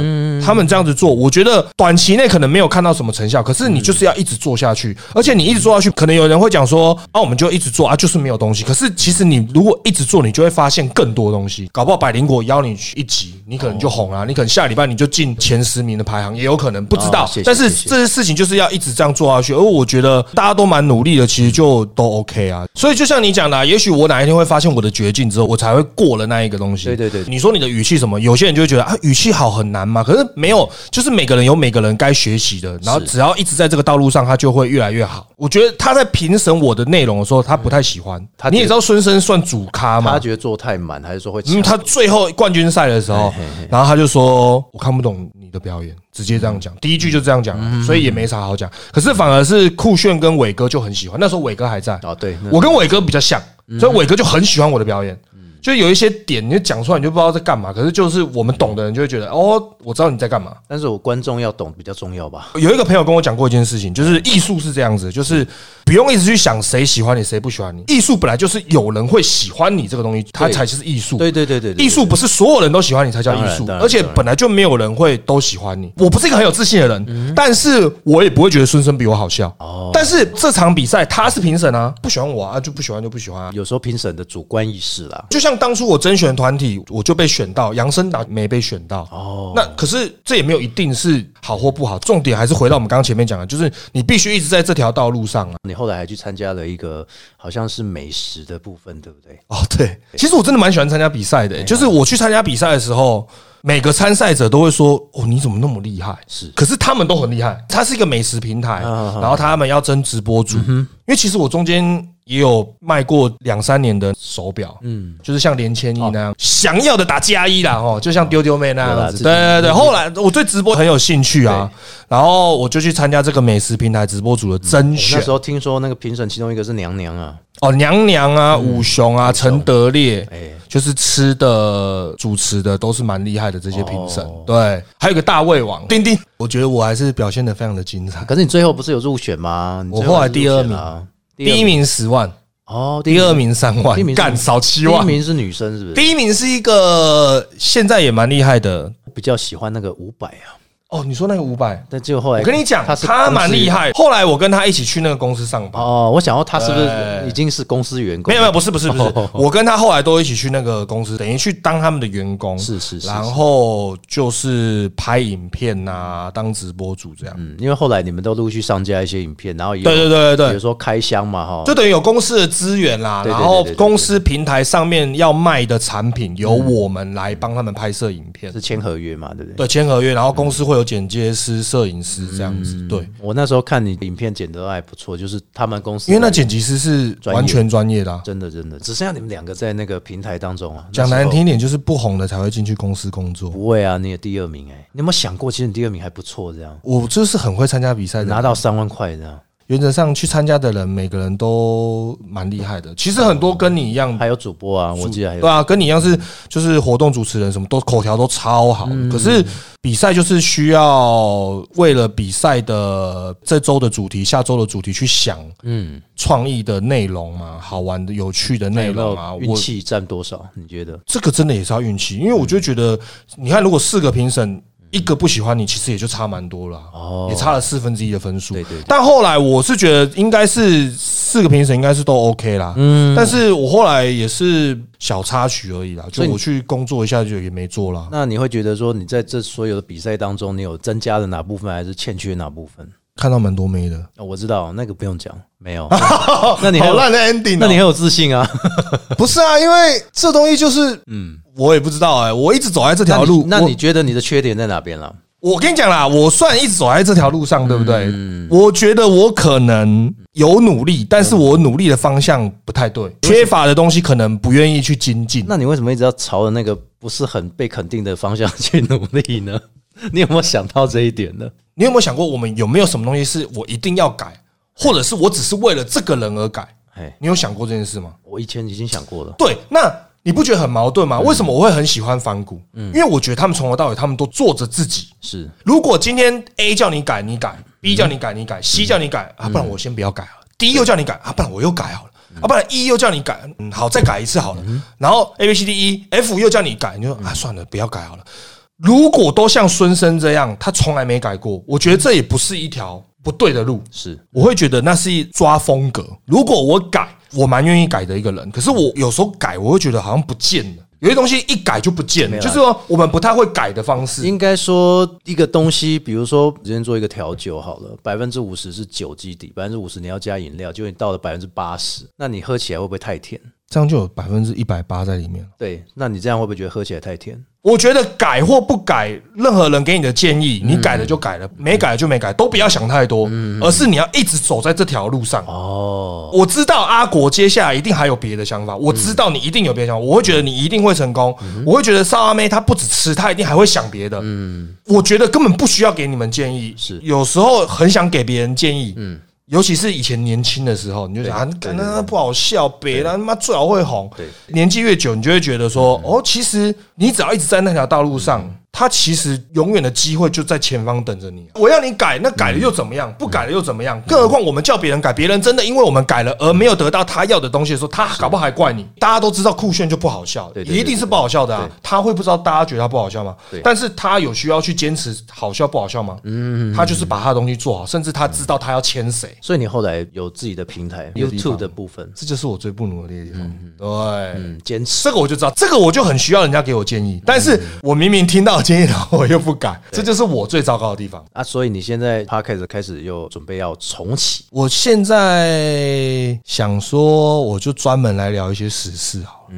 Speaker 3: 他们这样子做，我觉得短期内可能没有看到什么成效，可是你就是要一直做下去，而且你一直做下去，可能有人会讲说啊，我们就一直做啊，就是没有东西。可是其实你如果一直做，你就会发现更多东西。搞不好百灵果邀你去一集，你可能就红了、啊你可能下礼拜你就进前十名的排行，也有可能不知道。
Speaker 1: 哦谢谢
Speaker 3: 但是
Speaker 1: 谢谢
Speaker 3: 这些事情就是要一直这样做下去，而我觉得大家都蛮努力的，其实就都 OK 啊。所以就像你讲的、啊，也许我哪一天会发现我的绝境之后，我才会过了那一个东西。
Speaker 1: 对对对
Speaker 3: 你说你的语气什么，有些人就会觉得啊，语气好很难嘛。可是没有，就是每个人有每个人该学习的，然后只要一直在这个道路上，他就会越来越好。我觉得他在评审我的内容的时候，他不太喜欢。
Speaker 1: 他
Speaker 3: 你也知道孙生算主咖嘛
Speaker 1: 他，觉得做太满，还是说会
Speaker 3: 因
Speaker 1: 抢
Speaker 3: 为嗯他最后冠军赛的时候，然后他就说：“我看不懂你的表演。”直接这样讲，第一句就这样讲，
Speaker 1: 嗯
Speaker 3: 所以也没啥好讲。可是反而是酷炫跟伟哥就很喜欢，那时候伟哥还在，
Speaker 1: 啊？对，那嗯
Speaker 3: 我跟伟哥比较像，所以伟哥就很喜欢我的表演。就有一些点，你讲出来你就不知道在干嘛，可是就是我们懂的人就会觉得，哦，我知道你在干嘛。
Speaker 1: 但是我观众要懂比较重要吧？
Speaker 3: 有一个朋友跟我讲过一件事情，就是艺术是这样子，就是不用一直去想谁喜欢你，谁不喜欢你。艺术本来就是有人会喜欢你这个东西，它
Speaker 1: 对
Speaker 3: 才是艺术。
Speaker 1: 对对对对，对
Speaker 3: 艺术不是所有人都喜欢你才叫艺术
Speaker 1: 当然当，然
Speaker 3: 而且本来就没有人会都喜欢你。我不是一个很有自信的
Speaker 1: 嗯
Speaker 3: 人，但是我也不会觉得孙生比我好笑。
Speaker 1: 哦
Speaker 3: 但是这场比赛他是评审啊，不喜欢我啊就不喜欢就不喜欢啊。
Speaker 1: 有时候评审的主观意识啦。
Speaker 3: 就像当初我甄选团体，我就被选到，杨森达没被选到。哦，那可是这也没有一定是好或不好，重点还是回到我们刚刚前面讲的，就是你必须一直在这条道路上啊。
Speaker 1: 你后来还去参加了一个好像是美食的部分，对不对？
Speaker 3: 哦，对，其实我真的蛮喜欢参加比赛
Speaker 1: 哎
Speaker 3: 的、就是我去参加比赛的时候，每个参赛者都会说：“哦，你怎么那么厉害？”
Speaker 1: 是嗯
Speaker 3: 可是他们都很厉害。它是一个美食平台，然后他们要争直播主，因为其实我中间。也有卖过两三年的手表，嗯，就是像连千亿那样，想要的打加一啦，哦，就像丢丢妹那
Speaker 1: 哦有啦
Speaker 3: 样
Speaker 1: 自
Speaker 3: 子，
Speaker 1: 己
Speaker 3: 对对对。后来我对直播很有兴趣啊，然后我就去参加这个美食平台直播组的甄
Speaker 1: 我嗯哎
Speaker 3: 选
Speaker 1: 那时，候听说那个评审其中一个是娘娘啊，
Speaker 3: 哦，娘娘
Speaker 1: 嗯
Speaker 3: 啊，武雄啊，陈德烈，
Speaker 1: 哎
Speaker 3: 就是吃的、主持的都是蛮厉害的这些评审
Speaker 1: 哦，
Speaker 3: 对，还有一个大胃王丁丁，我觉得我还是表现的非常的精彩。
Speaker 1: 可是你最后不是有入选吗？你
Speaker 3: 我
Speaker 1: 最还
Speaker 3: 后来
Speaker 1: 是
Speaker 3: 第
Speaker 1: 入
Speaker 3: 二
Speaker 1: 选
Speaker 3: 名
Speaker 1: 啊，第
Speaker 3: 第一名十万，
Speaker 1: 哦，
Speaker 3: 第二名三
Speaker 1: 第一名
Speaker 3: 万，
Speaker 1: 是
Speaker 3: 干少七
Speaker 1: 第一
Speaker 3: 万。
Speaker 1: 名是女生是不是？
Speaker 3: 第一名是一个现在也蛮厉害的
Speaker 1: 比较喜欢那个伍佰啊，
Speaker 3: 哦，你说那个五百，
Speaker 1: 但结果后来
Speaker 3: 我跟你讲，
Speaker 1: 是
Speaker 3: 他
Speaker 1: 公
Speaker 3: 蛮
Speaker 1: 司
Speaker 3: 厉害。后来我跟他一起去那个公司上班，
Speaker 1: 哦，我想要他是不是
Speaker 3: 对
Speaker 1: 已经是公司员工？
Speaker 3: 没有没有，不是不是不是
Speaker 1: 哦，
Speaker 3: 我跟他后来都一起去那个公司，等于去当他们的员工，
Speaker 1: 是是是
Speaker 3: 然后就是拍影片呐、当直播主这样。
Speaker 1: 嗯，因为后来你们都陆续上架一些影片，然后也有
Speaker 3: 对对对对
Speaker 1: 比如
Speaker 3: 对。
Speaker 1: 说开箱嘛哈，
Speaker 3: 就等于有公司的资源啦，
Speaker 1: 对对
Speaker 3: 然
Speaker 1: 对
Speaker 3: 后
Speaker 1: 对对对嗯
Speaker 3: 公司平台上面要卖的产品由我们来帮他们拍摄影片
Speaker 1: 是，嗯签合约嘛，对不对？
Speaker 3: 对，签合约，然后公司会有剪接师、摄影师这样子，对，
Speaker 1: 我那时候看你影片剪得还不错，就是他们公司
Speaker 3: 因为那剪辑师是
Speaker 1: 专业
Speaker 3: 完全专业的啊，
Speaker 1: 真的真的只剩下你们两个在那个平台当中啊。
Speaker 3: 讲
Speaker 1: 那时候
Speaker 3: 难听一点就是不红的才会进去公司工作。
Speaker 1: 不会啊，你也第二名哎、你有没有想过，其实你第二名还不错，这样
Speaker 3: 我就是很会参加比赛的人，
Speaker 1: 拿到三万块这样，
Speaker 3: 原则上去参加的人，每个人都蛮厉害的。其实很多跟你一样，
Speaker 1: 还有主播啊，我记得还有
Speaker 3: 对啊，跟你一样是就是活动主持人，什么都口条都超好。
Speaker 1: 嗯
Speaker 3: 可是比赛就是需要为了比赛的这周的主题、下周的主题去想
Speaker 1: 嗯，
Speaker 3: 创意的内容嘛，好玩的、有趣的内
Speaker 1: 有没
Speaker 3: 容啊。
Speaker 1: 有运
Speaker 3: 我
Speaker 1: 气嗯占多少？你觉得？
Speaker 3: 这个真的也是要运气，因为我就觉得，你看，如果四个评审。一个不喜欢你，其实也就差蛮多了啊、
Speaker 1: 嗯哦
Speaker 3: 也差了四分之一的分数。
Speaker 1: 对对对
Speaker 3: 但后来我是觉得应该是四个评审应该是都 OK 啦，嗯，但是我后来也是小插曲而已啦，就
Speaker 1: 所以你
Speaker 3: 我去工作一下就也没做啦。
Speaker 1: 那你会觉得说，你在这所有的比赛当中，你有增加的哪部分，还是欠缺哪部分？
Speaker 3: 看到蛮多妹的，
Speaker 1: 哦我知道那个不用讲，没有。那你还有
Speaker 3: 的 ending，哦
Speaker 1: 那你很有自信啊？
Speaker 3: 不是啊？因为这东西就是，嗯，我也不知道哎、我一直走在这
Speaker 1: 那
Speaker 3: 条
Speaker 1: 你
Speaker 3: 路，
Speaker 1: 那
Speaker 3: 我
Speaker 1: 你觉得你的缺点在哪边了？
Speaker 3: 我跟你讲啦，我算一直走在这条路上，对不对？
Speaker 1: 嗯
Speaker 3: 我觉得我可能有努力，但是我努力的方向不太对，缺乏的东西可能不愿意去精进。
Speaker 1: 那你为什么一直要朝着那个不是很被肯定的方向去努力呢？你有没有想到这一点呢？
Speaker 3: 你有没有想过，我们有没有什么东西是我一定要改，或者是我只是为了这个人而改？
Speaker 1: 哎，
Speaker 3: 你有想过这件事吗？
Speaker 1: 我以前已经想过了，
Speaker 3: 对，那你不觉得很矛盾吗？为什么我会很喜欢反骨？因为我觉得他们从头到尾，他们都做着自己。
Speaker 1: 是
Speaker 3: 如果今天 A 叫你改，你改；B 叫你改，你改；C 叫你改啊，不然我先不要改好了。D 又叫你改啊，不然我又改好了。啊，不然 E 又叫你改，嗯，好，再改一次好了。然后 A B C D E F 又叫你改，你就啊，算了，不要改好了。如果都像孙生这样，他从来没改过，我觉得这也不是一条不对的路。
Speaker 1: 是，
Speaker 3: 我会觉得那是一抓风格。如果我改，我蛮愿意改的一个人。可是我有时候改，我会觉得好像不见了，有些东西一改就不见了，
Speaker 1: 有
Speaker 3: 就
Speaker 1: 啦
Speaker 3: 是说我们不太会改的方式。
Speaker 1: 应该说一个东西，比如说今天做一个调酒好了，百分之五十是酒基底，百分之五十你要加饮料，结果你到了百分之八十，那你喝起来会不会太甜？
Speaker 3: 这样就有百分之一百八在里面了。
Speaker 1: 对，那你这样会不会觉得喝起来太甜？
Speaker 3: 我觉得改或不改，任何人给你的建议，你改了就改了，没改就没改，都不要想太多，而是你要一直走在这条路上。
Speaker 1: 哦，
Speaker 3: 我知道阿国接下来一定还有别的想法，我知道你一定有别的想法，我会觉得你一定会成功，我会觉得少阿妹她不止吃，她一定还会想别的。我觉得根本不需要给你们建议，
Speaker 1: 是
Speaker 3: 有时候很想给别人建议，尤其是以前年轻的时候，你就想啊，干那不好笑，别了他妈最好会红
Speaker 1: 对。嗯
Speaker 3: 年纪越久，你就会觉得说，哦，其实你只要一直在那条道路上。他其实永远的机会就在前方等着你、啊我要你改，那改了又怎么
Speaker 1: 嗯
Speaker 3: 样？不改了又怎么样？更何况我们叫别人改，别人真的因为我们改了而没有得到他要的东西的时候，他搞不好还怪你。大家都知道酷炫就不好笑，
Speaker 1: 对对对
Speaker 3: 一定是不好笑的啊
Speaker 1: 对！
Speaker 3: 他会不知道大家觉得他不好笑吗
Speaker 1: 对？
Speaker 3: 但是他有需要去坚持好笑不好笑吗？嗯，他就是把他的东西做好，甚至他知道他要签谁，
Speaker 1: 所以你后来有自己的平台
Speaker 3: 有地方
Speaker 1: YouTube 的部分，
Speaker 3: 这就是我最不努力的地方。对。
Speaker 1: 嗯，坚持
Speaker 3: 这个我就知道，这个我就很需要人家给我建议，但是我明明听到建议了，我又不改，
Speaker 1: 嗯
Speaker 3: 这就是我最糟糕的地方。
Speaker 1: 啊，所以你现在 Podcast 开始又准备要重启，
Speaker 3: 我现在想说，我就专门来聊一些时事好了。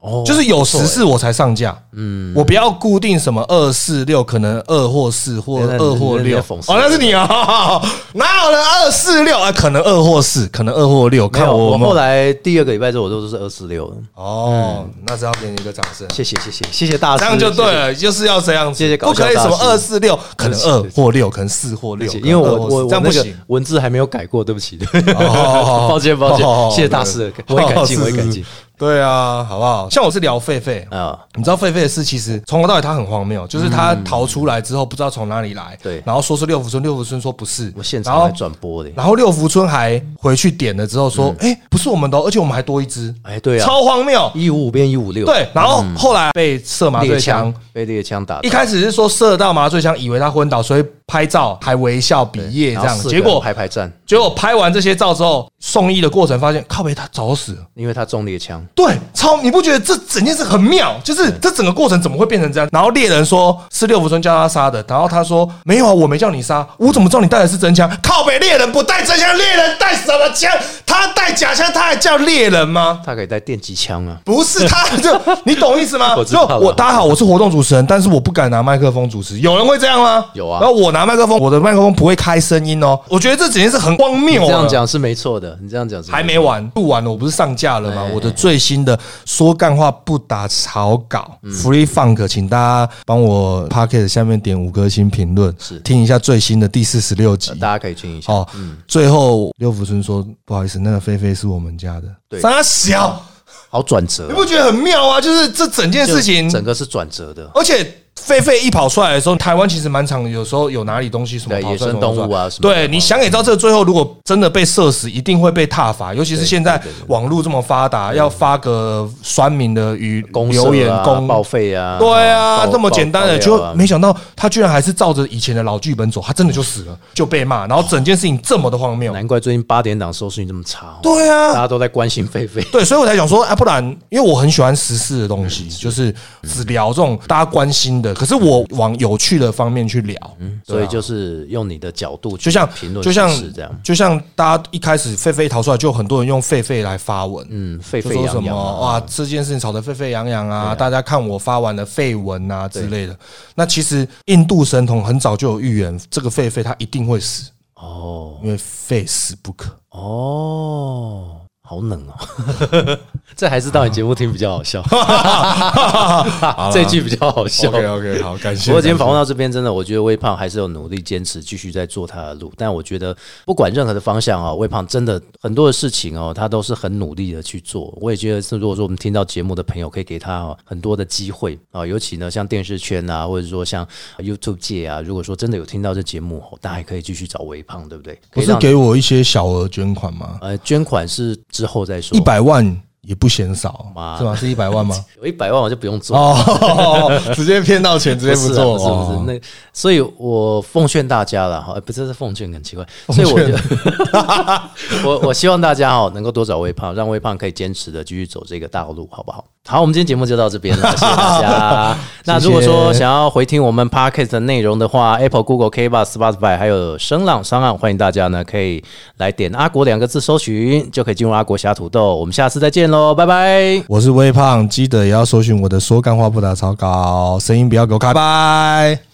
Speaker 1: 哦，
Speaker 3: 就是有时事我才上架，嗯，我不要固定什么二四六，可能二或四或
Speaker 1: 哎对那
Speaker 3: 二或
Speaker 1: 那你
Speaker 3: 六，
Speaker 1: 在
Speaker 3: 哦
Speaker 1: 讽，刺
Speaker 3: 那是你啊， 哪有人二四六啊？可能二或四，可能二或六，
Speaker 1: 没有
Speaker 3: 看我
Speaker 1: 我
Speaker 3: 有没
Speaker 1: 后
Speaker 3: 有
Speaker 1: 来嗯第二个礼拜之后，我都是二四六，
Speaker 3: 哦，那是要给你一个掌声，
Speaker 1: 谢谢谢谢谢谢大师，
Speaker 3: 这样就对
Speaker 1: 谢谢。
Speaker 3: 了，就是要这样
Speaker 1: 谢
Speaker 3: 子
Speaker 1: 谢，搞
Speaker 3: 不
Speaker 1: 笑
Speaker 3: 可以什么
Speaker 1: 大
Speaker 3: 二
Speaker 1: 师
Speaker 3: 四六，可能二或六，可能四或
Speaker 1: 对
Speaker 3: 六
Speaker 1: 不起，
Speaker 3: 可能
Speaker 1: 因为
Speaker 3: 二
Speaker 1: 我
Speaker 3: 或
Speaker 1: 我
Speaker 3: 四
Speaker 1: 我
Speaker 3: 这样
Speaker 1: 那
Speaker 3: 不
Speaker 1: 个
Speaker 3: 行。
Speaker 1: 文字还没有改过，对不起，
Speaker 3: 哦
Speaker 1: 抱歉抱歉
Speaker 3: 哦哦哦，
Speaker 1: 谢谢大师，我会改进，我会改。
Speaker 3: 是是
Speaker 1: 进
Speaker 3: 是对啊，好不好？像我是聊狒狒，
Speaker 1: 啊，
Speaker 3: 你知道狒狒的事，其实从头到尾他很荒谬，就是他逃出来之后不知道从哪里来，
Speaker 1: 嗯对
Speaker 3: 然后说是六福村，六福村说不是，
Speaker 1: 我现
Speaker 3: 然
Speaker 1: 场
Speaker 3: 后
Speaker 1: 还转播的，
Speaker 3: 然后六福村还回去点了之后说，哎、不是我们的哦，而且我们还多一只，
Speaker 1: 嗯哎，对啊，
Speaker 3: 超荒谬，
Speaker 1: 一五五变一五六，
Speaker 3: 对，，然后后来被射麻醉
Speaker 1: 猎
Speaker 3: 枪
Speaker 1: 枪。被猎枪打到，
Speaker 3: 一开始是说射到麻醉枪，以为他昏倒，所以拍照还微笑比耶这
Speaker 1: 然后
Speaker 3: 样。
Speaker 1: 四个
Speaker 3: 结
Speaker 1: 人
Speaker 3: 果
Speaker 1: 排排站，
Speaker 3: 结果拍完这些照之后，送医的过程发现，靠北他早死了。
Speaker 1: 因为他中猎枪，
Speaker 3: 对，超你不觉得这整件事很妙？就是这整个过程怎么会变成这样？然后猎人说是六福村叫他杀的，然后他说没有啊，我没叫你杀，我怎么知道你带的是真枪？靠北猎人不带真枪，猎人带什么枪？他带假枪，他还叫猎人吗？
Speaker 1: 他可以带电击枪啊，
Speaker 3: 不是他，就你懂意思吗？
Speaker 1: 我知
Speaker 3: 就
Speaker 1: 道了
Speaker 3: 我大家好，我是活动主持人，但是我不敢拿麦克风主持，有人会这样吗？
Speaker 1: 有啊
Speaker 3: 然后我拿麦克风，我的麦克风不会开声音哦。我觉得这整件事很荒
Speaker 1: 你
Speaker 3: 谬、哦。
Speaker 1: 这样讲是没错的，你这样讲是
Speaker 3: 还没完，录完了，我不是上架了吗？
Speaker 1: 哎
Speaker 3: 我的最新的说干话不打草稿、Free
Speaker 1: 嗯
Speaker 3: Funk，请大家帮我 Pocket 下面点五颗星评论，听一下最新的第四十六集。
Speaker 1: 呃大家可嗯以听一下，
Speaker 3: 哦，最后六福村说不好意思，那个菲菲是我们家的，
Speaker 1: 对
Speaker 3: 傻小，
Speaker 1: 好转折
Speaker 3: 你，不觉得很妙啊？就是这整件事情
Speaker 1: 就，整个是转折的，
Speaker 3: 而且狒狒一跑出来的时候，台湾其实蛮常有时候有哪里东西什么
Speaker 1: 对
Speaker 3: 跑出来
Speaker 1: 野生动物啊什
Speaker 3: 什么
Speaker 1: 么
Speaker 3: 跑出
Speaker 1: 的
Speaker 3: 来对，你想也知道，这最后如果真的被射死，一定会被踏伐。尤其是现在网络这么发达，要发个酸民的语
Speaker 1: 公啊
Speaker 3: 留言公
Speaker 1: 报废啊，
Speaker 3: 对啊，
Speaker 1: 爆
Speaker 3: 这么简单的，
Speaker 1: 爆料
Speaker 3: 就
Speaker 1: 啊
Speaker 3: 没想到他居然还是照着以前的老剧本走，他真的就死了，就被骂，然后整件事情这么的荒谬。
Speaker 1: 难怪最近八点档收视率这么差、哦，
Speaker 3: 对啊
Speaker 1: 大，家都在关心狒狒。
Speaker 3: 对，所
Speaker 1: 嗯
Speaker 3: 啊以我才想说，啊，不然因为我很喜欢时事的东西，就是只聊这种大家关心的，的，可是我往有趣的方面去聊，
Speaker 1: 所以就是用你的角度去
Speaker 3: 就像
Speaker 1: 嗯评论，
Speaker 3: 就像
Speaker 1: 是这样，
Speaker 3: 就像大家一开始狒狒逃出来，就很多人用狒狒来发文，
Speaker 1: 嗯，沸
Speaker 3: 就
Speaker 1: 沸
Speaker 3: 说什
Speaker 1: 扬
Speaker 3: 么
Speaker 1: 扬啊
Speaker 3: 哇，这件事情吵得沸沸扬扬啊，大家看我发完的绯闻啊之类的。那其实印度神童很早就有预言，这个狒狒它一定会死，
Speaker 1: 哦
Speaker 3: 因为非死不可。
Speaker 1: 哦，好冷哦， 这还是到你节目听比较好笑，这句比 较好笑。
Speaker 3: OK OK，好，感谢。
Speaker 1: 不过今天访问
Speaker 3: 感
Speaker 1: 到这边，真的，我觉得微胖还是有努力坚持，继续在做他的路。但我觉得不管任何的方向啊、微胖真的很多的事情哦，他都是很努力的去做。我也觉得是，如果说我们听到节目的朋友，可以给他、哦、很多的机会啊、尤其呢像电视圈啊，或者说像 YouTube 界啊，如果说真的有听到这节目哦，大家也可以继续找微胖，对不对？
Speaker 3: 谢不
Speaker 1: 可以
Speaker 3: 是
Speaker 1: 让
Speaker 3: 给我一些小额捐款吗？
Speaker 1: 呃捐款是之后再说，
Speaker 3: 一百万也不嫌少
Speaker 1: 妈，
Speaker 3: 是吗？是一百 万吗？
Speaker 1: 有一百万我就不用做了。
Speaker 3: 哦， 直接骗到钱，直接
Speaker 1: 不是啊
Speaker 3: 做，
Speaker 1: 不是不是
Speaker 3: 哦
Speaker 1: 那，所以我奉劝大家了哈，呃不是是奉劝很奇怪，所
Speaker 3: 劝
Speaker 1: 以我就 我我希望大家哈能够多找微胖，让微胖可以坚持的继续走这个道路，好不好？好，我们今天节目就到这边了，谢谢大 家。那如果说想要回听我们 podcast 的内容的话，Apple、Google、K b o Spotify 还有声浪、商岸，欢迎大家呢可以来点“阿国”两个字搜寻，就可以进入阿国侠土豆。我们下次再见喽，拜拜。
Speaker 3: 我是微胖，记得也要搜寻我的说干话不打草稿，声音不要给我开，拜。